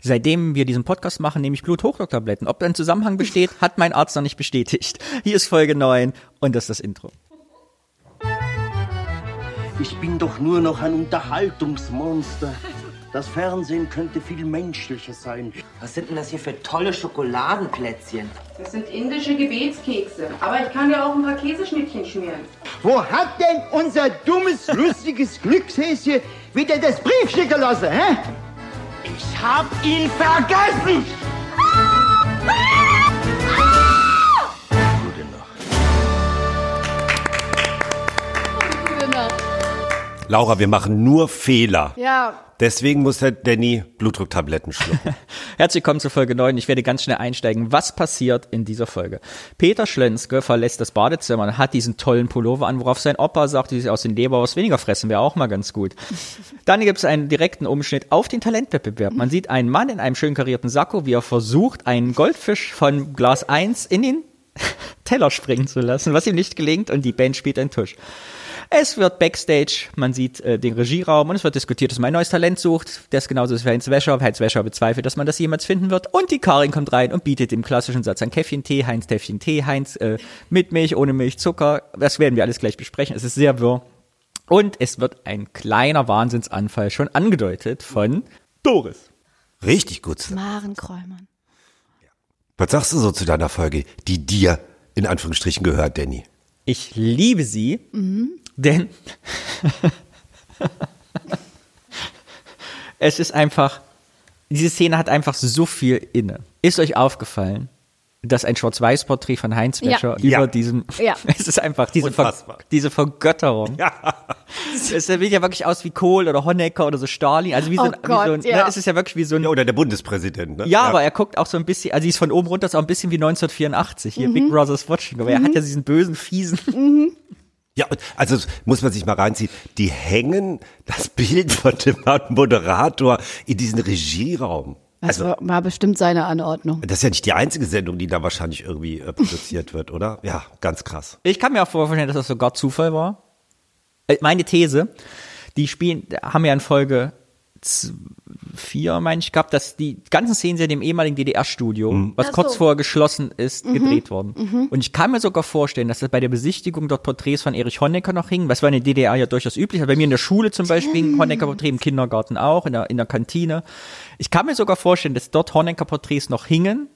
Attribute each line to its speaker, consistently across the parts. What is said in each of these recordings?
Speaker 1: Seitdem wir diesen Podcast machen, nehme ich Bluthochdrucktabletten. Ob da ein Zusammenhang besteht, hat mein Arzt noch nicht bestätigt. Hier ist Folge 9 und das ist das Intro.
Speaker 2: Ich bin doch nur noch ein Unterhaltungsmonster. Das Fernsehen könnte viel menschlicher sein.
Speaker 3: Was sind denn das hier für tolle Schokoladenplätzchen?
Speaker 4: Das sind indische Gebetskekse. Aber ich kann dir auch ein paar Käseschnittchen schmieren.
Speaker 5: Wo hat denn unser dummes, lustiges Glückshäschen wieder das Briefchen gelassen, hä?
Speaker 2: Ich hab ihn vergessen!
Speaker 6: Laura, wir machen nur Fehler.
Speaker 7: Ja,
Speaker 6: Deswegen muss der Danny Blutdrucktabletten schlucken.
Speaker 1: Herzlich willkommen zu Folge 9. Ich werde ganz schnell einsteigen. Was passiert in dieser Folge? Peter Schlönske verlässt das Badezimmer und hat diesen tollen Pullover an, worauf sein Opa sagt, die sich aus den Leber was weniger fressen, wäre auch mal ganz gut. Dann gibt es einen direkten Umschnitt auf den Talentwettbewerb. Man sieht einen Mann in einem schön karierten Sakko, wie er versucht, einen Goldfisch von Glas 1 in den Teller springen zu lassen, was ihm nicht gelingt und die Band spielt einen Tusch. Es wird Backstage, man sieht äh, den Regieraum und es wird diskutiert, dass man ein neues Talent sucht. Das genauso ist wie Heinz Wäscher. Heinz Wäscher bezweifelt, dass man das jemals finden wird. Und die Karin kommt rein und bietet im klassischen Satz ein Käffchen Tee, Heinz Täffchen Tee, Heinz äh, mit Milch, ohne Milch, Zucker. Das werden wir alles gleich besprechen. Es ist sehr wirr. Und es wird ein kleiner Wahnsinnsanfall schon angedeutet von Doris.
Speaker 6: Richtig gut.
Speaker 7: Maren Kräumann.
Speaker 6: Was sagst du so zu deiner Folge, die dir in Anführungsstrichen gehört, Danny?
Speaker 1: Ich liebe sie, denn es ist einfach, diese Szene hat einfach so viel inne. Ist euch aufgefallen, dass ein Schwarz-Weiß-Porträt von Heinz
Speaker 7: Ja.
Speaker 1: Wäscher
Speaker 6: Ja.
Speaker 1: über diesem,
Speaker 7: Ja.
Speaker 1: es ist einfach diese, Ver
Speaker 6: Unfassbar.
Speaker 1: diese Vergötterung. Es sieht ja wirklich aus wie Kohl oder Honecker oder so Stalin, also wie so
Speaker 7: Oh
Speaker 1: ein, wie so ein
Speaker 7: Gott, ja.
Speaker 1: ne, es ist ja wirklich wie so ein
Speaker 6: Oder der Bundespräsident, ne?
Speaker 1: ja, aber er guckt auch so ein bisschen, also sie ist von oben runter, ist auch ein bisschen wie 1984,
Speaker 7: Mhm.
Speaker 1: hier Big Brothers Watching, aber er hat ja diesen bösen, fiesen,
Speaker 6: Ja, und also das muss man sich mal reinziehen. Die hängen das Bild von dem Moderator in diesen Regieraum.
Speaker 7: Das
Speaker 6: Also,
Speaker 7: war, war bestimmt seine Anordnung.
Speaker 6: das ist ja nicht die einzige Sendung, die da wahrscheinlich irgendwie äh, produziert wird, oder? Ja, ganz krass.
Speaker 1: Ich kann mir auch vorstellen, dass das sogar Zufall war. Äh, Meine These, die spielen, haben ja in Folge 4, meine ich, gehabt, dass die ganzen Szenen sind im ehemaligen DDR-Studio, was
Speaker 7: Ach
Speaker 1: kurz
Speaker 7: so. Mhm.
Speaker 1: vorher geschlossen ist, gedreht worden. Und ich kann mir sogar vorstellen, dass das bei der Besichtigung dort Porträts von Erich Honecker noch hingen, was war in der DDR ja durchaus üblich, aber bei mir in der Schule zum Beispiel hing Honecker-Porträt im Kindergarten auch, in der, in der Kantine. Ich kann mir sogar vorstellen, dass dort Honecker-Porträts noch hingen,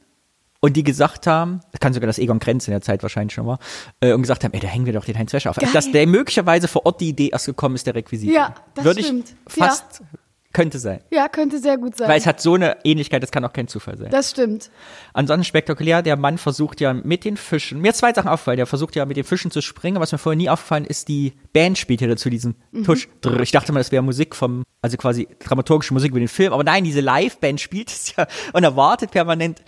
Speaker 1: und die gesagt haben, das kann sogar das Egon Krenz in der Zeit wahrscheinlich schon war, äh, und gesagt haben, ey, da hängen wir doch den Heinz Wäscher auf. Also,
Speaker 7: Geil.
Speaker 1: Dass der möglicherweise vor Ort die Idee erst gekommen ist, der Requisite.
Speaker 7: Ja, das
Speaker 1: Würde ich
Speaker 7: stimmt.
Speaker 1: Fast könnte sein.
Speaker 7: Ja, könnte sehr gut sein.
Speaker 1: Weil es hat so eine Ähnlichkeit, das kann auch kein Zufall sein.
Speaker 7: das stimmt.
Speaker 1: Ansonsten spektakulär, der Mann versucht ja mit den Fischen, mir zwei Sachen auffallen, der versucht ja mit den Fischen zu springen, was mir vorher nie aufgefallen ist, die Band spielt ja dazu diesen
Speaker 7: Mhm.
Speaker 1: Tusch. Drrr. Ich dachte mal, das wäre Musik vom, also quasi dramaturgische Musik über den Film, aber nein, diese Live-Band spielt es ja und erwartet permanent,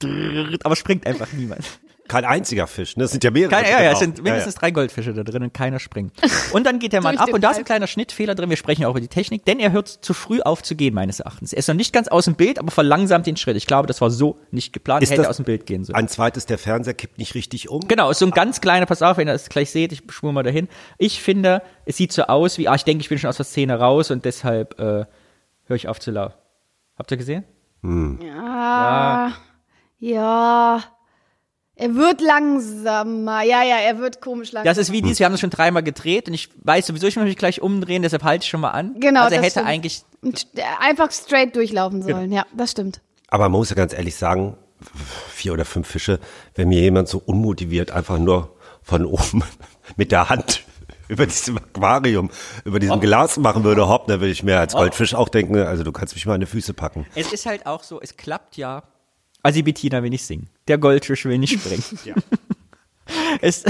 Speaker 1: Drrr, aber springt einfach niemand.
Speaker 6: Kein einziger Fisch, ne? Es sind ja mehrere.
Speaker 1: Keine, ja, ja, es
Speaker 6: Genau.
Speaker 1: sind mindestens drei Goldfische da drin und keiner springt. Und dann geht der Mann
Speaker 7: Durch
Speaker 1: ab
Speaker 7: den
Speaker 1: und da ist ein
Speaker 7: Wald.
Speaker 1: kleiner Schnittfehler drin. Wir sprechen ja auch über die Technik, denn er hört zu früh auf zu gehen, meines Erachtens. Er ist noch nicht ganz aus dem Bild, aber verlangsamt den Schritt. Ich glaube, das war so nicht geplant.
Speaker 6: Ist
Speaker 1: Er hätte
Speaker 6: das-
Speaker 1: aus dem Bild gehen sollen.
Speaker 6: Ein zweites, der Fernseher kippt nicht richtig um.
Speaker 1: Genau, ist so ein ganz kleiner, pass auf, wenn ihr das gleich seht, ich schwur mal dahin. Ich finde, es sieht so aus wie, ah, ich denke, ich bin schon aus der Szene raus und deshalb äh, höre ich auf zu laufen. Habt ihr gesehen?
Speaker 7: Ah, ja. Er wird langsamer. Ja, ja, er wird komisch langsamer.
Speaker 1: Das ist wie dies, wir haben das schon dreimal gedreht und ich weiß sowieso, ich muss mich gleich umdrehen, deshalb halte ich schon mal an.
Speaker 7: Genau,
Speaker 1: Also er
Speaker 7: das
Speaker 1: hätte
Speaker 7: stimmt.
Speaker 1: eigentlich Genau.
Speaker 7: Und st- Einfach straight durchlaufen sollen. Ja, das stimmt.
Speaker 6: Aber man muss ja ganz ehrlich sagen, vier oder fünf Fische, wenn mir jemand so unmotiviert einfach nur von oben mit der Hand über diesem Aquarium, über
Speaker 7: Oh.
Speaker 6: diesem Glas machen würde, hopp, dann würde ich mir als Goldfisch auch denken, also du kannst mich mal an die Füße packen.
Speaker 1: Es ist halt auch so, es klappt ja. Also die Bettina will nicht singen. Der Goldfisch will nicht springen. es,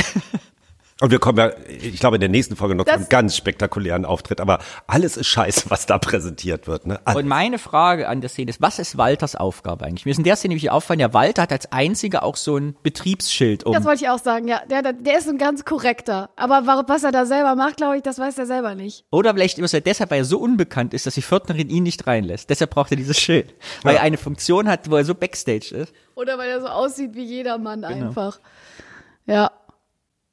Speaker 6: Und wir kommen ja, ich glaube, in der nächsten Folge noch zu
Speaker 7: Das-
Speaker 6: einem ganz spektakulären Auftritt, aber alles ist scheiße, was da präsentiert wird. Ne? Alles.
Speaker 1: und meine Frage an der Szene ist, was ist Walters Aufgabe eigentlich? Mir ist in der Szene nämlich auffallen, der Walter hat als einziger auch so ein Betriebsschild um.
Speaker 7: Das wollte ich auch sagen, ja. Der, der, der ist ein ganz korrekter. Aber wa- was er da selber macht, glaube ich, das weiß er selber nicht.
Speaker 1: Oder vielleicht ist er deshalb, weil er so unbekannt ist, dass die Pförtnerin ihn nicht reinlässt. Deshalb braucht er dieses Schild. Weil er eine Funktion hat, wo er so Backstage ist. Genau.
Speaker 7: Oder weil er so aussieht wie jeder Mann einfach. Ja.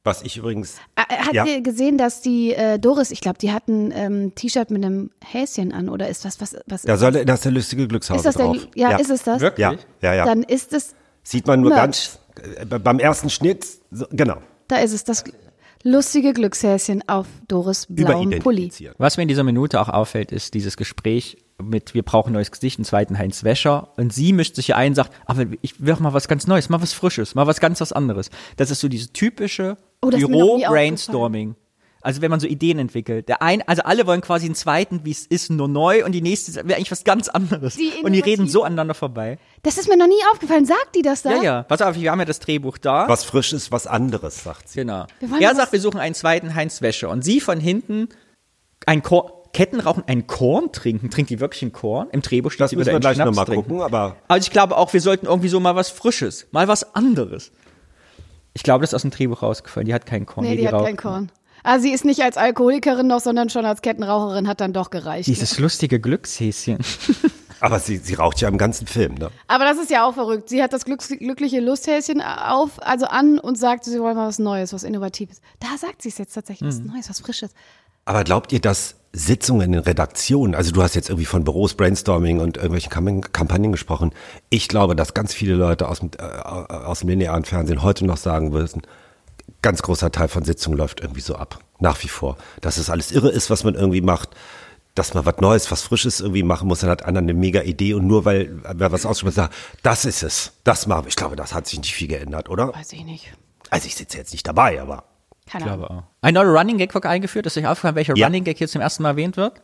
Speaker 6: Was ich übrigens.
Speaker 7: Äh, Habt
Speaker 6: Ja.
Speaker 7: ihr gesehen, dass die äh, Doris, ich glaube, die hat ein ähm, T-Shirt mit einem Häschen an oder ist das was? was
Speaker 6: Da, soll, da ist der lustige Glückshauser
Speaker 7: ist das der,
Speaker 6: drauf.
Speaker 7: ja, ist es das?
Speaker 1: Wirklich?
Speaker 6: Ja, ja, ja.
Speaker 7: Dann ist es,
Speaker 6: Sieht man nur
Speaker 7: Merch.
Speaker 6: ganz. äh, Beim ersten Schnitt, so, genau.
Speaker 7: da ist es das lustige Glückshäschen auf Doris blauem Pulli.
Speaker 6: Überidentifiziert.
Speaker 1: Was mir in dieser Minute auch auffällt, ist dieses Gespräch mit Wir brauchen ein neues Gesicht, einen zweiten Heinz Wäscher. Und sie mischt sich hier ein und sagt, aber ich will auch mal was ganz Neues, mal was Frisches, mal was ganz was anderes. Das ist so diese typische
Speaker 7: Oh, das ist mir noch nie
Speaker 1: Büro-Brainstorming. Also wenn man so Ideen entwickelt. Der ein, also alle wollen quasi einen zweiten, wie es ist, nur neu und die nächste wäre eigentlich was ganz anderes.
Speaker 7: Die
Speaker 1: und die reden
Speaker 7: innovativ-
Speaker 1: so aneinander vorbei.
Speaker 7: Das ist mir noch nie aufgefallen. Sagt die das da?
Speaker 1: Ja, ja. Pass auf, wir haben ja das Drehbuch da.
Speaker 6: Was frisch ist, was anderes, sagt sie.
Speaker 1: Genau.
Speaker 7: Wir wollen
Speaker 1: Er
Speaker 7: was-
Speaker 1: sagt, wir suchen einen zweiten Heinz Wäsche. Und sie von hinten ein Korn, Ketten rauchen, ein Korn trinken. Trinkt die wirklich ein Korn? Im Drehbuch steht
Speaker 6: Das
Speaker 1: sie
Speaker 6: müssen
Speaker 1: würde
Speaker 6: wir
Speaker 1: einen
Speaker 6: gleich
Speaker 1: Schnaps
Speaker 6: nochmal
Speaker 1: trinken.
Speaker 6: gucken, aber
Speaker 1: Aber ich glaube auch, wir sollten irgendwie so mal was Frisches, mal was anderes. Ich glaube, das ist aus dem Drehbuch rausgefallen. Die hat keinen Korn.
Speaker 7: Nee, die hat
Speaker 1: raucht.
Speaker 7: kein Korn. Ah, sie ist nicht als Alkoholikerin noch, sondern schon als Kettenraucherin hat dann doch gereicht.
Speaker 1: Dieses lustige Glückshäschen.
Speaker 6: Aber sie, sie raucht ja im ganzen Film, ne?
Speaker 7: Aber das ist ja auch verrückt. Sie hat das glücks- glückliche Lusthäschen auf, also an und sagt, sie wollen mal was Neues, was Innovatives. Da sagt sie es jetzt tatsächlich,
Speaker 1: Hm.
Speaker 7: was Neues, was Frisches.
Speaker 6: Aber glaubt ihr, dass Sitzungen in Redaktionen, also du hast jetzt irgendwie von Büros, Brainstorming und irgendwelchen Kam- Kampagnen gesprochen. Ich glaube, dass ganz viele Leute aus dem, äh, aus dem linearen Fernsehen heute noch sagen würden, ganz großer Teil von Sitzungen läuft irgendwie so ab. Nach wie vor. Dass es alles irre ist, was man irgendwie macht. Dass man was Neues, was Frisches irgendwie machen muss, dann hat einer eine mega Idee und nur weil wer was ausspricht, sagt, das ist es, das machen wir. Ich glaube, das hat sich nicht viel geändert, oder?
Speaker 7: Weiß ich nicht.
Speaker 6: Also ich sitze jetzt nicht dabei, aber
Speaker 7: Keine
Speaker 1: Ich
Speaker 7: Ahnung.
Speaker 1: glaube auch. Ein neuer Running Gag wird eingeführt. Ist euch aufgefallen, welcher
Speaker 6: Ja.
Speaker 1: Running Gag hier zum ersten Mal erwähnt wird?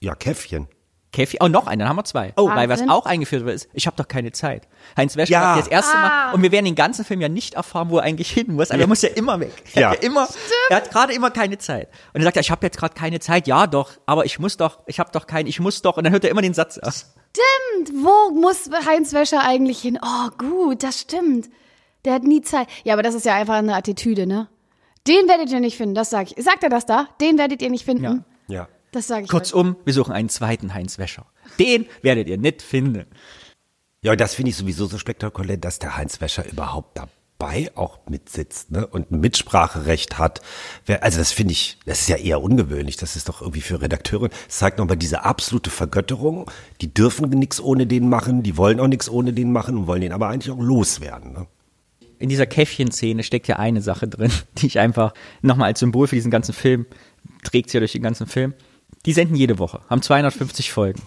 Speaker 6: ja, Käffchen.
Speaker 1: Käffi, oh, noch einen, dann haben wir zwei. Oh, weil was
Speaker 7: Wahnsinn.
Speaker 1: auch eingeführt wird, ist, ich habe doch keine Zeit. Heinz Wäscher
Speaker 6: Ja.
Speaker 1: hat das erste
Speaker 7: Ah.
Speaker 1: Mal, und wir werden den ganzen Film ja nicht erfahren, wo er eigentlich hin muss, aber er muss ja immer weg. Er
Speaker 6: Ja.
Speaker 1: hat, ja immer, er hat gerade immer keine Zeit. Und er sagt, ja, ich habe jetzt gerade keine Zeit, ja doch, aber ich muss doch, ich habe doch keinen, ich muss doch, und dann hört er immer den Satz aus.
Speaker 7: Stimmt, wo muss Heinz Wäscher eigentlich hin? Oh, gut, das stimmt. Der hat nie Zeit. Ja, aber das ist ja einfach eine Attitüde, ne? Den werdet ihr nicht finden, das sage ich. Sagt er das da? Den werdet ihr nicht finden.
Speaker 1: Ja.
Speaker 6: Ja.
Speaker 7: Das sage ich. euch.
Speaker 1: Kurzum, wir suchen einen zweiten Heinz Wäscher. Den werdet ihr nicht finden.
Speaker 6: Ja, und das finde ich sowieso so spektakulär, dass der Heinz Wäscher überhaupt dabei auch mitsitzt ne? und ein Mitspracherecht hat. Wer- Also das finde ich, das ist ja eher ungewöhnlich. Das ist doch irgendwie für Redakteure. Das zeigt nochmal diese absolute Vergötterung. Die dürfen nichts ohne den machen, die wollen auch nichts ohne den machen und wollen den aber eigentlich auch loswerden. Ne?
Speaker 1: in dieser Käffchen-Szene steckt ja eine Sache drin, die ich einfach nochmal als Symbol für diesen ganzen Film, trägt sie ja durch den ganzen Film. Die senden jede Woche, haben 250 Folgen.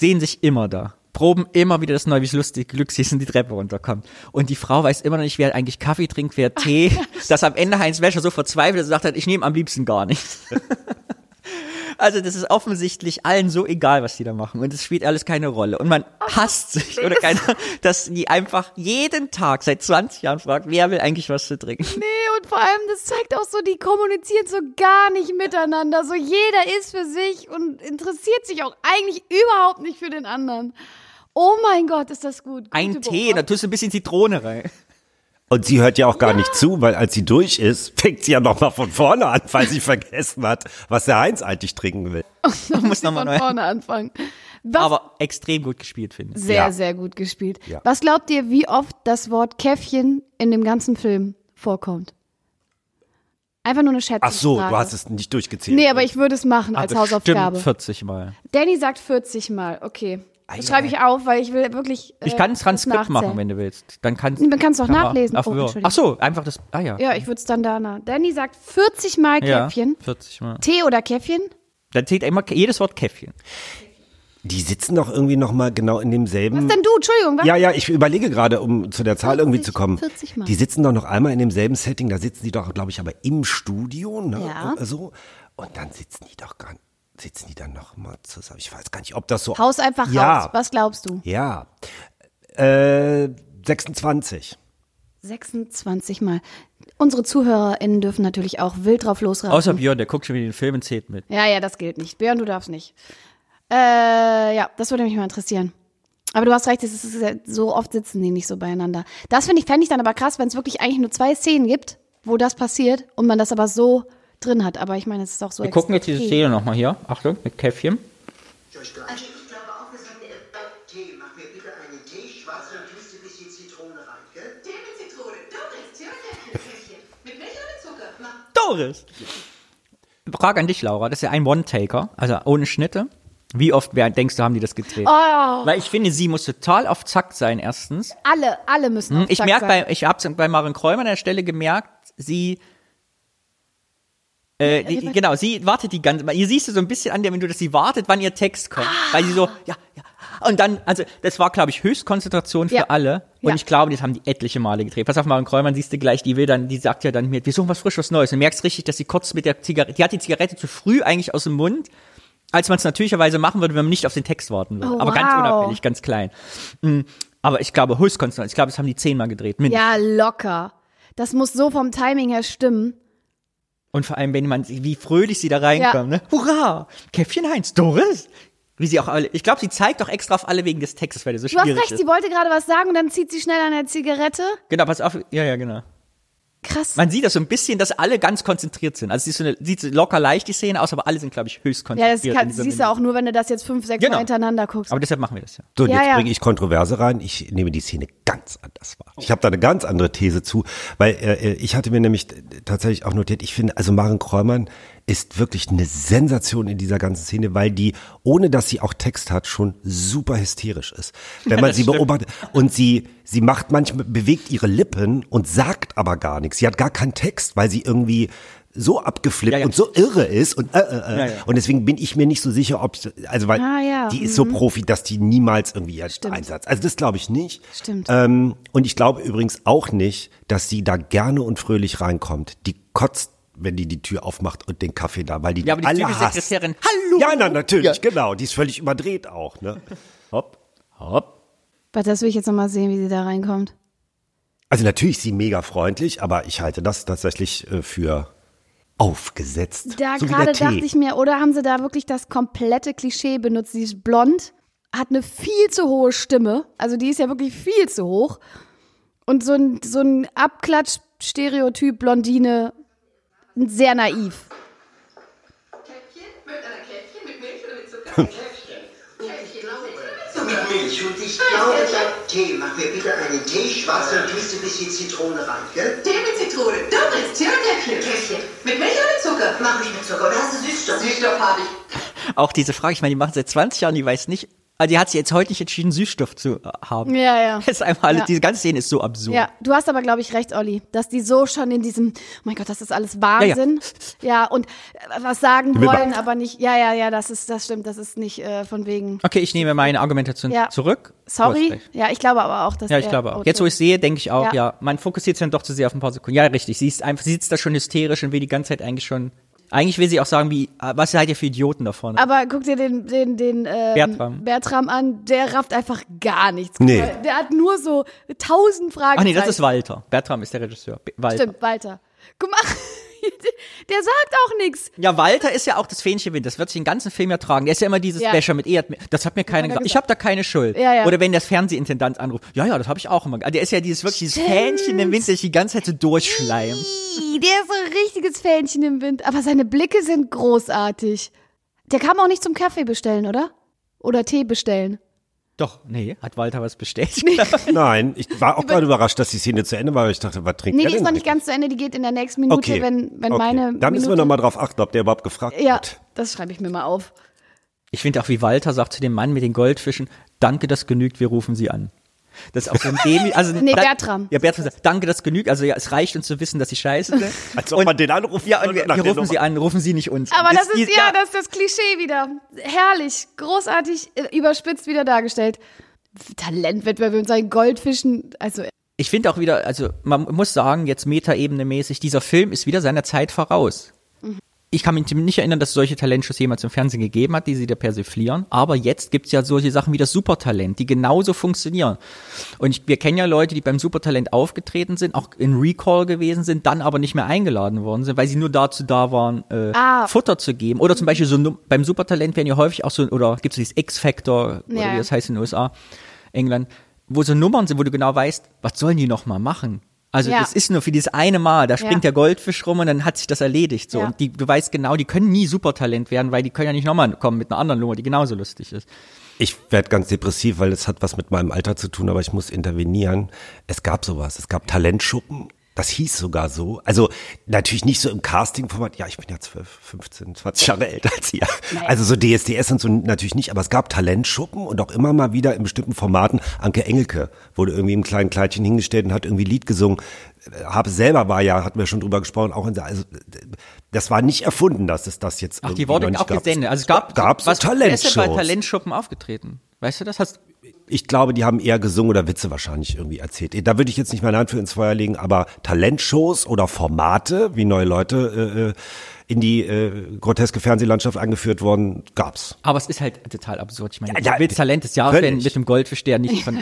Speaker 1: Sehen sich immer da. Proben immer wieder das neue, wie es lustig Glückshäschen die Treppe runterkommt. Und die Frau weiß immer noch nicht, wer eigentlich Kaffee trinkt, wer Tee, dass am Ende Heinz Wäscher so verzweifelt ist und sagt hat, ich nehme am liebsten gar nichts. Also das ist offensichtlich allen so egal, was die da machen. Und es spielt alles keine Rolle. Und man
Speaker 7: Oh,
Speaker 1: hasst sich oder keine, dass die einfach jeden Tag seit 20 Jahren fragt, wer will eigentlich was zu trinken?
Speaker 7: Nee, und vor allem, das zeigt auch so, die kommunizieren so gar nicht miteinander. So jeder ist für sich und interessiert sich auch eigentlich überhaupt nicht für den anderen. Oh mein Gott, ist das gut. Gute
Speaker 1: Ein Tee, da
Speaker 7: Beobachtung.
Speaker 1: tust du ein bisschen Zitrone rein.
Speaker 6: Und sie hört ja auch gar nicht zu, weil als sie durch ist, fängt sie ja nochmal von vorne an, weil sie vergessen hat, was der Heinz eigentlich trinken will.
Speaker 1: Du musst nochmal
Speaker 7: Von
Speaker 1: neu.
Speaker 7: vorne anfangen. Was
Speaker 1: Aber extrem gut gespielt, finde ich.
Speaker 7: sehr,
Speaker 6: Ja.
Speaker 7: sehr gut gespielt.
Speaker 6: Ja.
Speaker 7: Was glaubt ihr, wie oft das Wort Käffchen in dem ganzen Film vorkommt? Einfach nur eine Schätzung.
Speaker 6: Ach so, du hast es nicht durchgezählt.
Speaker 7: Nee, aber ich würde es machen als
Speaker 1: Aber
Speaker 7: Hausaufgabe.
Speaker 1: Ah, Stimmt 40 Mal.
Speaker 7: Danny sagt 40 Mal. Okay. Das schreibe ich auf, weil ich will wirklich. äh,
Speaker 1: Ich kann ein
Speaker 7: das
Speaker 1: Transkript machen,
Speaker 7: nachzählen.
Speaker 1: wenn du willst. Dann kannst,
Speaker 7: Man kann's doch nachlesen.
Speaker 1: Auf
Speaker 7: Oh,
Speaker 1: Word.
Speaker 7: Entschuldigung.
Speaker 1: Ach so, einfach das. Ah ja.
Speaker 7: Ja, ich würde es dann danach. Danny sagt 40 Mal
Speaker 1: ja
Speaker 7: Käffchen.
Speaker 1: 40 Mal.
Speaker 7: Tee oder Käffchen?
Speaker 1: Dann zählt immer jedes Wort Käffchen.
Speaker 6: Die sitzen doch irgendwie nochmal genau in demselben.
Speaker 7: Was
Speaker 1: Hm.
Speaker 7: denn du? Entschuldigung, was?
Speaker 6: Ja, ja, ich überlege gerade, um zu der Zahl irgendwie zu kommen.
Speaker 7: 40 Mal.
Speaker 6: Die sitzen doch noch einmal in demselben Setting, da sitzen die doch, glaube ich, aber im Studio, ne?
Speaker 7: Ja.
Speaker 6: So. Und dann sitzen die doch gar sitzen die dann noch mal zusammen. Ich weiß gar nicht, ob das so.
Speaker 7: Haus einfach
Speaker 6: ja,
Speaker 7: raus. Was glaubst du?
Speaker 6: Ja. Äh, 26.
Speaker 7: 26 Mal. Unsere ZuhörerInnen dürfen natürlich auch wild drauf losraten.
Speaker 1: Außer Björn, der guckt schon wieder den Film und zählt mit.
Speaker 7: ja, ja, das gilt nicht. Björn, du darfst nicht. Äh, ja, das würde mich mal interessieren. Aber du hast recht, es ist sehr- so oft sitzen die nicht so beieinander. Das finde ich, fände ich dann aber krass, wenn es wirklich eigentlich nur zwei Szenen gibt, wo das passiert und man das aber so drin hat. Aber ich meine, es ist auch so.
Speaker 1: Wir gucken jetzt diese
Speaker 7: extrem.
Speaker 1: Szene nochmal hier. Achtung, mit Käffchen.
Speaker 2: Also ich glaube auch, wir sollten Tee. Mach mir bitte einen Tee, schwarzen und tust ein bisschen Zitrone rein, gell?
Speaker 4: Zitrone, Doris, Tschüss, Käffchen. Mit Milch oder mit Zucker? Na,
Speaker 1: Doris! Frage an dich, Laura. Das ist ja ein One-Taker, also ohne Schnitte. Wie oft wer- denkst du, haben die das gedreht?
Speaker 4: Oh.
Speaker 1: Weil ich finde, sie muss total auf Zack sein, erstens.
Speaker 7: Alle, alle müssen. auf
Speaker 1: Hm, Ich
Speaker 7: Zack
Speaker 1: merke
Speaker 7: sein.
Speaker 1: bei, ich hab's bei Maren Kräumer an der Stelle gemerkt, sie äh, die, genau, sie wartet die ganze, ihr siehst du so ein bisschen an der Minute, dass sie wartet, wann ihr Text kommt,
Speaker 7: Ah.
Speaker 1: weil sie so, ja, ja, und dann, also das war, glaube ich, Höchstkonzentration für
Speaker 7: Ja.
Speaker 1: alle und
Speaker 7: Ja.
Speaker 1: ich glaube, das haben die etliche Male gedreht. Pass auf, Maren Kräumann siehst du gleich, die will dann, die sagt ja dann mit, wir suchen was Frisches, was Neues und merkst richtig, dass sie kurz mit der Zigarette, die hat die Zigarette zu früh eigentlich aus dem Mund, als man es natürlicherweise machen würde, wenn man nicht auf den Text warten würde,
Speaker 7: Oh,
Speaker 1: aber ganz
Speaker 7: wow.
Speaker 1: unauffällig, ganz klein. Mm, Aber ich glaube, Höchstkonzentration, ich glaube, das haben die zehnmal gedreht, mindestens.
Speaker 7: Ja, locker. Das muss so vom Timing her stimmen.
Speaker 1: Und vor allem, wenn man, wie fröhlich sie da reinkommt, ne? Hurra! Käffchen Heinz, Doris! Wie sie auch alle, ich glaube, sie zeigt auch extra auf alle wegen des Textes, weil der so
Speaker 7: Du hast
Speaker 1: schwierig
Speaker 7: recht,
Speaker 1: ist.
Speaker 7: sie wollte gerade was sagen und dann zieht sie schnell an der Zigarette.
Speaker 1: Genau, pass auf, ja, ja, genau.
Speaker 7: Krass.
Speaker 1: Man sieht das so ein bisschen, dass alle ganz konzentriert sind. Also, sie ist so eine, sieht so locker leicht die Szene aus, aber alle sind, glaube ich, höchst
Speaker 7: ja,
Speaker 1: konzentriert.
Speaker 7: das kann,
Speaker 1: in dieser
Speaker 7: siehst du
Speaker 1: Minute.
Speaker 7: auch nur, wenn du das jetzt fünf, sechs
Speaker 1: Genau.
Speaker 7: Mal hintereinander guckst.
Speaker 1: Aber deshalb machen wir das ja.
Speaker 6: So, und
Speaker 7: Ja,
Speaker 6: jetzt
Speaker 7: ja.
Speaker 6: bringe ich Kontroverse rein. Ich nehme die Szene ganz anders wahr. Ich habe da eine ganz andere These zu, weil äh, ich hatte mir nämlich tatsächlich auch notiert, ich finde, also Maren Kräumann ist wirklich eine Sensation in dieser ganzen Szene, weil die, ohne dass sie auch Text hat, schon super hysterisch ist. Wenn man sie beobachtet und sie, sie macht manchmal, bewegt ihre Lippen und sagt aber gar nichts. Sie hat gar keinen Text, weil sie irgendwie so abgeflippt
Speaker 1: Ja, ja.
Speaker 6: und so irre ist und äh, äh, äh.
Speaker 1: Ja, ja.
Speaker 6: und deswegen bin ich mir nicht so sicher, ob also weil
Speaker 7: Ah, ja.
Speaker 6: die ist so Profi, dass die niemals irgendwie ihren Einsatz. Also das glaube ich nicht.
Speaker 7: Stimmt.
Speaker 6: Ähm, und ich glaube übrigens auch nicht, dass sie da gerne und fröhlich reinkommt. Die kotzt, wenn die die Tür aufmacht und den Kaffee da, weil die,
Speaker 1: Ja, aber die
Speaker 6: alle
Speaker 1: typische
Speaker 6: hasst.
Speaker 1: Sekretärin, hallo!
Speaker 6: Ja, na, natürlich,
Speaker 1: Ja.
Speaker 6: genau. Die ist völlig überdreht auch. Ne? Hopp.
Speaker 1: Hopp.
Speaker 7: Warte, das will ich jetzt nochmal sehen, wie sie da reinkommt.
Speaker 6: Also natürlich ist sie mega freundlich, aber ich halte das tatsächlich äh, für aufgesetzt.
Speaker 7: Da
Speaker 6: so wie
Speaker 7: gerade
Speaker 6: der Tee.
Speaker 7: dachte ich mir, oder haben sie da wirklich das komplette Klischee benutzt? Sie ist blond, hat eine viel zu hohe Stimme, also die ist ja wirklich viel zu hoch. Und so ein, so ein Abklatsch-Stereotyp Blondine, sehr naiv.
Speaker 4: Käffchen? Mit einer Käffchen? Mit Milch oder mit Zucker? Käffchen. Käffchen,
Speaker 2: Mit Milch und ich glaube, ich hab Tee. Mach mir bitte einen Tee schwarz und tust ein bisschen Zitrone rein, gell?
Speaker 4: Tee mit Zitrone. Doris, Tee oder Käffchen?
Speaker 2: Käffchen.
Speaker 4: Mit Milch oder mit Zucker?
Speaker 2: Mach ich mit Zucker. Oder hast du Süßstoff?
Speaker 4: Süßstoff habe ich.
Speaker 1: Auch diese Frage, ich meine, die machen seit 20 Jahren, die weiß nicht, also die hat sich jetzt heute nicht entschieden, Süßstoff zu äh, haben.
Speaker 7: Ja, ja.
Speaker 1: Das ist einfach alles,
Speaker 7: Ja.
Speaker 1: diese ganze Szene ist so absurd.
Speaker 7: Ja, du hast aber, glaube ich, recht, Olli, dass die so schon in diesem, oh mein Gott, das ist alles Wahnsinn. Ja, und äh, was sagen
Speaker 6: Will man-
Speaker 7: wollen, aber nicht, ja, ja, ja, das ist, das stimmt, das ist nicht äh, von wegen,
Speaker 1: Okay, ich nehme meine Argumentation
Speaker 7: Ja.
Speaker 1: zurück. Du hast
Speaker 7: sorry.
Speaker 1: recht.
Speaker 7: Ja, ich glaube aber auch, dass
Speaker 1: Ja, ich
Speaker 7: er-
Speaker 1: glaube
Speaker 7: oh,
Speaker 1: auch. Jetzt, wo ich sehe, denke ich auch, ja.
Speaker 7: Ja.
Speaker 1: man fokussiert sich dann doch zu sehr auf ein paar Sekunden. Ja, richtig. Sie ist einfach, sie sitzt da schon hysterisch und will die ganze Zeit eigentlich schon. Eigentlich will sie auch sagen, wie, äh, was seid ihr für Idioten da vorne?
Speaker 7: Aber guck dir den, den, den ähm,
Speaker 1: Bertram.
Speaker 7: Bertram. an, der rafft einfach gar nichts.
Speaker 6: Nee.
Speaker 7: Der hat nur so tausend Fragen.
Speaker 1: Ach Ah, nee, das ist Walter. Bertram ist der Regisseur. B- Walter.
Speaker 7: Stimmt, Walter. Guck mal, der sagt auch nichts.
Speaker 1: Ja, Walter ist ja auch das Fähnchenwind. Das wird sich den ganzen Film ja tragen. Der ist ja immer dieses
Speaker 7: Ja.
Speaker 1: Special mit ihr. hat mir- Das hat mir keiner
Speaker 7: hat er
Speaker 1: gesagt. Ich habe
Speaker 7: gesagt.
Speaker 1: da keine Schuld.
Speaker 7: Ja, ja.
Speaker 1: Oder wenn das Fernsehintendant anruft. Ja, ja, das habe ich auch immer. ge- Also Der ist ja dieses wirklich dieses Fähnchen im Wind, der sich die ganze Zeit so durchschleimt.
Speaker 7: Ih, Der ist ein richtiges Fähnchen im Wind, aber seine Blicke sind großartig. Der kam auch nicht zum Kaffee bestellen, oder? Oder Tee bestellen.
Speaker 1: Doch, nee, hat Walter was bestätigt.
Speaker 6: Nein, ich war auch gerade überrascht, dass die Szene zu Ende war, weil ich dachte, was trinkt
Speaker 7: Nee,
Speaker 6: er
Speaker 7: die
Speaker 6: denn
Speaker 7: ist noch
Speaker 6: eigentlich?
Speaker 7: nicht ganz zu Ende, die geht in der nächsten Minute, wenn, wenn meine.
Speaker 6: Dann müssen wir
Speaker 7: Minute,
Speaker 6: nochmal drauf achten, ob der überhaupt gefragt
Speaker 7: Ja,
Speaker 6: wird.
Speaker 7: das schreibe ich mir mal auf.
Speaker 1: Ich finde auch, wie Walter sagt zu dem Mann mit den Goldfischen, danke, das genügt, wir rufen sie an. Das ist auch so ein Demi, also
Speaker 7: Nee,
Speaker 1: da-
Speaker 7: Bertram.
Speaker 1: Ja, Bertram sagt, danke, das genügt. Also ja, es reicht uns zu wissen, dass sie scheiße sind.
Speaker 6: Als ob man den anruft.
Speaker 1: Ja, und wir,
Speaker 6: nach
Speaker 1: wir
Speaker 6: der
Speaker 1: rufen sie
Speaker 6: Nummer.
Speaker 1: an, rufen sie nicht uns. an.
Speaker 7: Aber das, ist
Speaker 1: die-
Speaker 7: ja, das ist das Klischee wieder. Herrlich, großartig, äh, überspitzt wieder dargestellt. Talentwettbewerb und seinen Goldfischen, also
Speaker 1: Ich finde auch wieder, also man muss sagen, jetzt metaebene mäßig, dieser Film ist wieder seiner Zeit voraus.
Speaker 7: Mhm.
Speaker 1: Ich kann mich nicht erinnern, dass es solche Talentshows jemals im Fernsehen gegeben hat, die sie da persiflieren. Aber jetzt gibt es ja solche Sachen wie das Supertalent, die genauso funktionieren. Und ich, wir kennen ja Leute, die beim Supertalent aufgetreten sind, auch in Recall gewesen sind, dann aber nicht mehr eingeladen worden sind, weil sie nur dazu da waren, äh,
Speaker 7: Ah.
Speaker 1: Futter zu geben. Oder zum Beispiel so Num- beim Supertalent werden ja häufig auch so, oder gibt es dieses X-Factor, oder
Speaker 7: Ja.
Speaker 1: wie das heißt in den USA, England, wo so Nummern sind, wo du genau weißt, was sollen die noch mal machen? Also
Speaker 7: Ja.
Speaker 1: das ist nur für dieses eine Mal, da springt
Speaker 7: Ja.
Speaker 1: der Goldfisch rum und dann hat sich das erledigt. So.
Speaker 7: Ja.
Speaker 1: Und die, du weißt genau, die können nie Supertalent werden, weil die können ja nicht nochmal kommen mit einer anderen Nummer, die genauso lustig ist.
Speaker 6: Ich werde ganz depressiv, weil das hat was mit meinem Alter zu tun, aber ich muss intervenieren. Es gab sowas. Es gab Talentschuppen. Das hieß sogar so. Also natürlich nicht so im Casting-Format. Ja, ich bin ja 12, 15, 20 Jahre älter als ihr. Also so DSDS und so natürlich nicht, aber es gab Talentschuppen und auch immer mal wieder in bestimmten Formaten. Anke Engelke wurde irgendwie im kleinen Kleidchen hingestellt und hat irgendwie ein Lied gesungen. Äh, Habe selber war ja, hatten wir schon drüber gesprochen, auch in der, also das war nicht erfunden, dass es das jetzt
Speaker 1: Ach,
Speaker 6: irgendwie
Speaker 1: die wurden
Speaker 6: noch nicht
Speaker 1: auch
Speaker 6: gab.
Speaker 1: gesendet. Also es gab,
Speaker 6: gab's so
Speaker 1: was, wer ist denn bei
Speaker 6: Talentshows.
Speaker 1: Talentschuppen aufgetreten. Weißt du das? Hast,
Speaker 6: Ich glaube, die haben eher gesungen oder Witze wahrscheinlich irgendwie erzählt. Da würde ich jetzt nicht meine Hand für ins Feuer legen, aber Talentshows oder Formate, wie neue Leute äh, äh, in die äh, groteske Fernsehlandschaft eingeführt worden, gab's.
Speaker 1: aber es ist halt total absurd. Ich meine,
Speaker 6: Ja,
Speaker 1: ja,
Speaker 6: ja,
Speaker 1: Witz Talent des Jahres
Speaker 6: völlig.
Speaker 1: werden mit dem Goldfisch, der nicht von...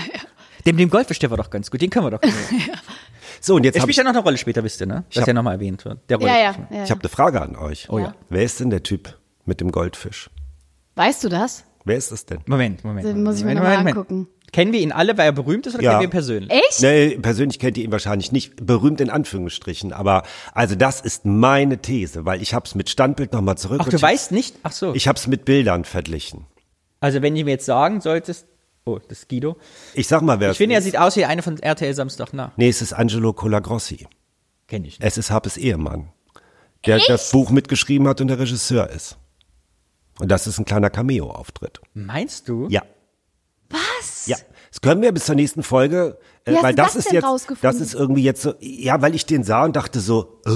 Speaker 1: Dem, dem Goldfisch, der war doch ganz gut, den können wir doch nehmen.
Speaker 6: So, und jetzt
Speaker 1: Der spielt
Speaker 6: habe ich,
Speaker 1: ja noch eine Rolle später, wisst ihr, ne? Dass
Speaker 6: hab-
Speaker 1: der nochmal erwähnt wird. Der ne?
Speaker 7: Ja, ja.
Speaker 1: Rollfisch.
Speaker 7: ja,
Speaker 6: ich
Speaker 7: ja.
Speaker 6: hab eine Frage an euch.
Speaker 1: Oh ja.
Speaker 6: Wer ist denn der Typ mit dem Goldfisch?
Speaker 7: Weißt du das?
Speaker 6: Wer ist es denn?
Speaker 1: Moment, Moment.
Speaker 7: Den muss ich mir
Speaker 1: Moment,
Speaker 7: noch mal
Speaker 1: Moment, Moment.
Speaker 7: angucken.
Speaker 1: Kennen wir ihn alle, weil er berühmt ist oder
Speaker 6: Ja.
Speaker 1: kennen wir ihn persönlich?
Speaker 7: Echt?
Speaker 6: Nee, persönlich kennt ihr ihn wahrscheinlich nicht. Berühmt in Anführungsstrichen, aber also das ist meine These, weil ich hab's mit Standbild nochmal zurück.
Speaker 1: Ach, du weißt nicht? Ach so.
Speaker 6: Ich hab's mit Bildern verglichen.
Speaker 1: also, wenn du mir jetzt sagen solltest, oh, das ist Guido.
Speaker 6: Ich sag mal, wer
Speaker 1: Ich finde, er
Speaker 6: es ist.
Speaker 1: sieht aus wie einer von RTL Samstag nach.
Speaker 6: Nee, es ist Angelo Colagrossi.
Speaker 1: Kenn ich nicht.
Speaker 6: Es ist Harpes Ehemann, der das Buch mitgeschrieben hat und der Regisseur ist. Und das ist ein kleiner Cameo-Auftritt.
Speaker 1: Meinst du?
Speaker 6: Äh, Ja.
Speaker 7: Was?
Speaker 6: Ja. Das können wir bis zur nächsten Folge, äh,
Speaker 7: Wie hast
Speaker 6: weil
Speaker 7: du
Speaker 6: das
Speaker 7: das
Speaker 6: ist
Speaker 7: denn
Speaker 6: jetzt,
Speaker 7: rausgefunden?
Speaker 6: das ist irgendwie jetzt so, ja, weil ich den sah und dachte so, äh?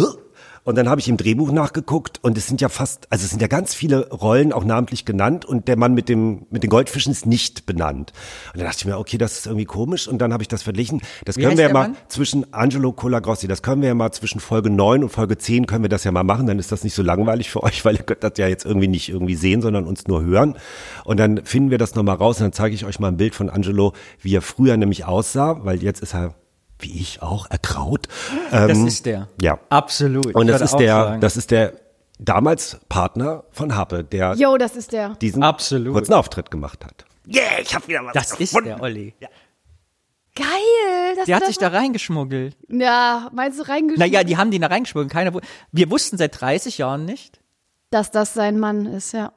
Speaker 6: und dann habe ich im Drehbuch nachgeguckt und es sind ja fast, also es sind ja ganz viele Rollen auch namentlich genannt und der Mann mit dem, mit den Goldfischen ist nicht benannt. Und dann dachte ich mir, okay, das ist irgendwie komisch und dann habe ich das verglichen. Das
Speaker 1: Wie
Speaker 6: können
Speaker 1: heißt
Speaker 6: wir ja
Speaker 1: der
Speaker 6: mal
Speaker 1: Mann?
Speaker 6: zwischen Angelo Colagrossi, das können wir ja mal zwischen Folge 9 und Folge 10 können wir das ja mal machen, dann ist das nicht so langweilig für euch, weil ihr könnt das ja jetzt irgendwie nicht irgendwie sehen, sondern uns nur hören. Und dann finden wir das nochmal raus und dann zeige ich euch mal ein Bild von Angelo, wie er früher nämlich aussah, weil jetzt ist er, wie ich auch, erkraut.
Speaker 1: Das
Speaker 6: Ähm,
Speaker 1: ist der.
Speaker 6: Ja.
Speaker 1: Absolut. Ah, Ich
Speaker 6: Und das
Speaker 1: würde
Speaker 6: ist
Speaker 1: auch
Speaker 6: der,
Speaker 1: sagen.
Speaker 6: das ist der damals Partner von Happe, der
Speaker 7: Jo, das ist der.
Speaker 6: diesen
Speaker 1: Absolut.
Speaker 6: kurzen Auftritt gemacht hat. Yeah, ich hab wieder was
Speaker 1: Das ist
Speaker 6: gefunden.
Speaker 1: der Olli.
Speaker 7: Geil. Das
Speaker 1: Der hat
Speaker 7: das
Speaker 1: sich da reingeschmuggelt.
Speaker 7: Ja, meinst du reingeschrieben,
Speaker 1: Naja, die haben den da reingeschmuggelt. Keiner, wu- wir wussten seit 30 Jahren nicht.
Speaker 7: dass das sein Mann ist, ja.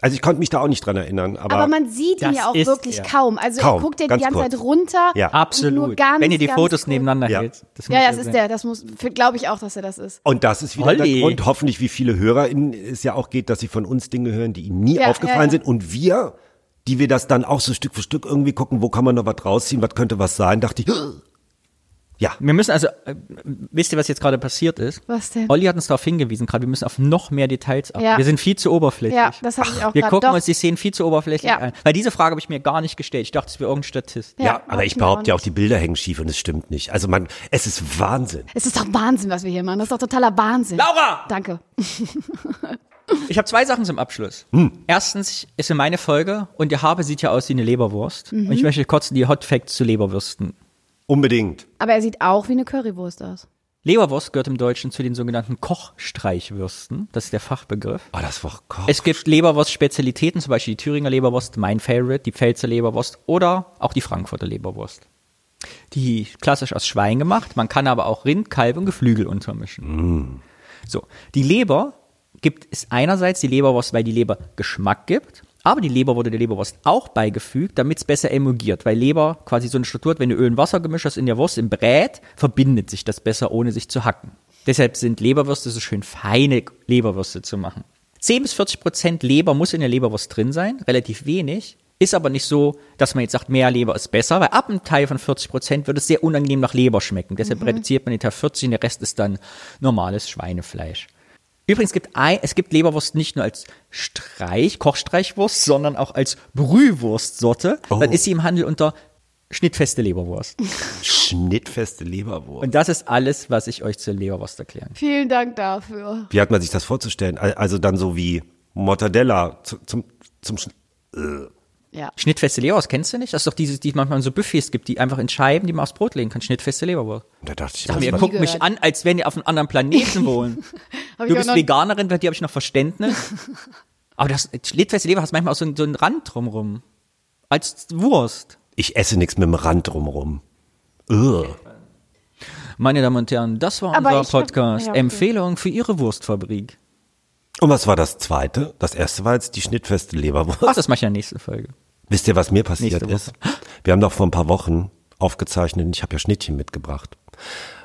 Speaker 6: Also ich konnte mich da auch nicht dran erinnern, aber,
Speaker 7: Aber man sieht ihn
Speaker 1: Das
Speaker 7: ja auch
Speaker 1: ist
Speaker 7: wirklich
Speaker 1: er.
Speaker 7: kaum. Also
Speaker 6: Kaum,
Speaker 7: er guckt ja die
Speaker 6: ganz
Speaker 7: ganze
Speaker 6: kurz.
Speaker 7: Zeit runter.
Speaker 6: Ja.
Speaker 1: Absolut.
Speaker 7: Nur ganz,
Speaker 1: Wenn ihr die
Speaker 7: ganz
Speaker 1: Fotos
Speaker 7: kurz.
Speaker 1: nebeneinander
Speaker 6: Ja.
Speaker 1: hält. Das
Speaker 7: Ja,
Speaker 1: muss
Speaker 7: ja, das ist
Speaker 1: sein.
Speaker 7: der. Das muss, glaube ich auch, dass er das ist.
Speaker 6: Und das ist wieder
Speaker 1: Olli.
Speaker 6: der Grund, hoffentlich wie viele HörerInnen es ja auch geht, dass sie von uns Dinge hören, die ihnen nie
Speaker 7: Ja,
Speaker 6: aufgefallen
Speaker 7: ja, ja.
Speaker 6: sind. Und wir, die wir das dann auch so Stück für Stück irgendwie gucken, wo kann man noch was rausziehen, was könnte was sein, dachte ich, ja,
Speaker 1: Wir müssen also, äh, wisst ihr, was jetzt gerade passiert ist?
Speaker 7: Was denn?
Speaker 1: Olli hat uns darauf hingewiesen, gerade wir müssen auf noch mehr Details achten.
Speaker 7: Ja.
Speaker 1: Wir sind viel zu oberflächlich.
Speaker 7: Ja, das habe ich auch
Speaker 1: wir
Speaker 7: grad.
Speaker 1: gucken
Speaker 7: Doch.
Speaker 1: uns die Szenen viel zu oberflächlich
Speaker 7: Ja.
Speaker 1: an. Weil diese Frage habe ich mir gar nicht gestellt. Ich dachte, es wäre irgendein Statist.
Speaker 6: ja, aber
Speaker 7: macht
Speaker 6: ich
Speaker 7: mir
Speaker 6: behaupte ja auch,
Speaker 7: nicht.
Speaker 6: die Bilder hängen schief und es stimmt nicht. Also man, es ist Wahnsinn.
Speaker 7: Es ist doch Wahnsinn, was wir hier machen. Das ist doch totaler Wahnsinn.
Speaker 1: Laura!
Speaker 7: Danke.
Speaker 1: Ich habe zwei Sachen zum Abschluss. Erstens ist in meine Folge und der Habe sieht ja aus wie eine Leberwurst.
Speaker 7: Mhm.
Speaker 1: Und ich möchte kurz die Hot Facts zu Leberwürsten.
Speaker 6: Unbedingt.
Speaker 7: Aber er sieht auch wie eine Currywurst aus.
Speaker 1: Leberwurst gehört im Deutschen zu den sogenannten Kochstreichwürsten. Das ist der Fachbegriff.
Speaker 6: Oh, das war Gott.
Speaker 1: Es gibt Leberwurst-Spezialitäten, zum Beispiel die Thüringer Leberwurst, mein Favorite, die Pfälzer Leberwurst oder auch die Frankfurter Leberwurst. Die klassisch aus Schwein gemacht, man kann aber auch Rind, Kalb und Geflügel untermischen. So, die Leber gibt es einerseits die Leberwurst, weil die Leber Geschmack gibt, aber die Leber wurde der Leberwurst auch beigefügt, damit es besser emulgiert, weil Leber quasi so eine Struktur hat, wenn du Öl und Wasser gemischt hast in der Wurst, im Brät, verbindet sich das besser, ohne sich zu hacken. Deshalb sind Leberwürste so schön feine Leberwürste zu machen. 10 bis 40 Prozent Leber muss in der Leberwurst drin sein, relativ wenig. Ist aber nicht so, dass man jetzt sagt, mehr Leber ist besser, weil ab einem Teil von 40 Prozent wird es sehr unangenehm nach Leber schmecken. Deshalb reduziert man den Teil 40, der Rest ist dann normales Schweinefleisch. Übrigens gibt ein, es gibt Leberwurst nicht nur als Streich, Kochstreichwurst, sondern auch als Brühwurstsorte. Dann ist sie im Handel unter schnittfeste Leberwurst.
Speaker 6: Schnittfeste Leberwurst.
Speaker 1: Und das ist alles, was ich euch zur Leberwurst erklären kann.
Speaker 7: Vielen Dank dafür.
Speaker 6: Wie hat man sich das vorzustellen? Al- Also dann so wie Mortadella zu- zum, zum, Sch-
Speaker 7: Ja.
Speaker 1: Schnittfeste Leberwurst kennst du nicht? Das ist doch diese, die manchmal in so Buffets gibt, die einfach in Scheiben, die man aufs Brot legen kann. Schnittfeste Leberwurst.
Speaker 6: da dachte ich,
Speaker 1: Dachte mir,
Speaker 6: was-
Speaker 1: guckt mich
Speaker 7: gehört.
Speaker 1: an, als wenn ihr auf einem anderen Planeten wohnen.
Speaker 7: Hab
Speaker 1: du
Speaker 7: ich auch
Speaker 1: bist ne?
Speaker 7: noch-
Speaker 1: Veganerin, bei dir habe ich noch Verständnis. Aber das schnittfeste Leber hast manchmal auch so, einen- so einen Rand drumrum. Als Wurst.
Speaker 6: ich esse nichts mit dem Rand drumrum. Ugh.
Speaker 1: Meine Damen und Herren, das war
Speaker 7: Aber ich
Speaker 1: unser
Speaker 7: hab-
Speaker 1: Podcast.
Speaker 7: ja, okay.
Speaker 1: Empfehlung für Ihre Wurstfabrik.
Speaker 6: Und was war das zweite? Das erste war jetzt die schnittfeste Leberwurst.
Speaker 1: Ach, das mache ich in der nächsten Folge.
Speaker 6: Wisst ihr, was mir passiert
Speaker 1: Nächste Woche.
Speaker 6: ist? Wir haben doch vor ein paar Wochen aufgezeichnet und ich habe ja Schnittchen mitgebracht.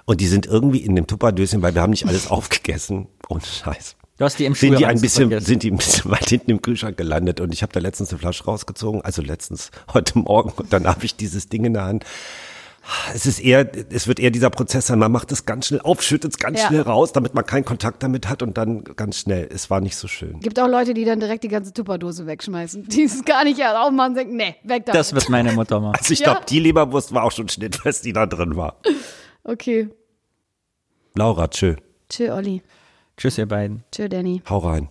Speaker 6: Und die sind irgendwie in dem Tupperdöschen, weil wir haben nicht alles aufgegessen. Ohne Scheiß.
Speaker 1: Du hast die im
Speaker 6: Sind die ein
Speaker 1: Schulranzen
Speaker 6: bisschen,
Speaker 1: vergessen.
Speaker 6: sind die ein bisschen weit hinten im Kühlschrank gelandet und ich habe da letztens eine Flasche rausgezogen, also letztens heute Morgen und dann habe ich dieses Ding in der Hand. Es ist eher, es wird eher dieser Prozess sein, man macht es ganz schnell auf, schüttet es ganz
Speaker 7: Ja.
Speaker 6: schnell raus, damit man keinen Kontakt damit hat und dann ganz schnell. Es war nicht so schön.
Speaker 7: Gibt auch Leute, die dann direkt die ganze Tupperdose wegschmeißen. Die es gar nicht erst aufmachen und denken, nee, weg da.
Speaker 1: Das wird meine Mutter machen.
Speaker 6: Also ich
Speaker 7: Ja.
Speaker 6: glaube, die Leberwurst war auch schon schnittfest, die da drin war.
Speaker 7: Okay.
Speaker 6: Laura, tschö.
Speaker 7: Tschö, Olli.
Speaker 1: Tschüss, ihr beiden.
Speaker 7: Tschö, Danny.
Speaker 6: Hau rein.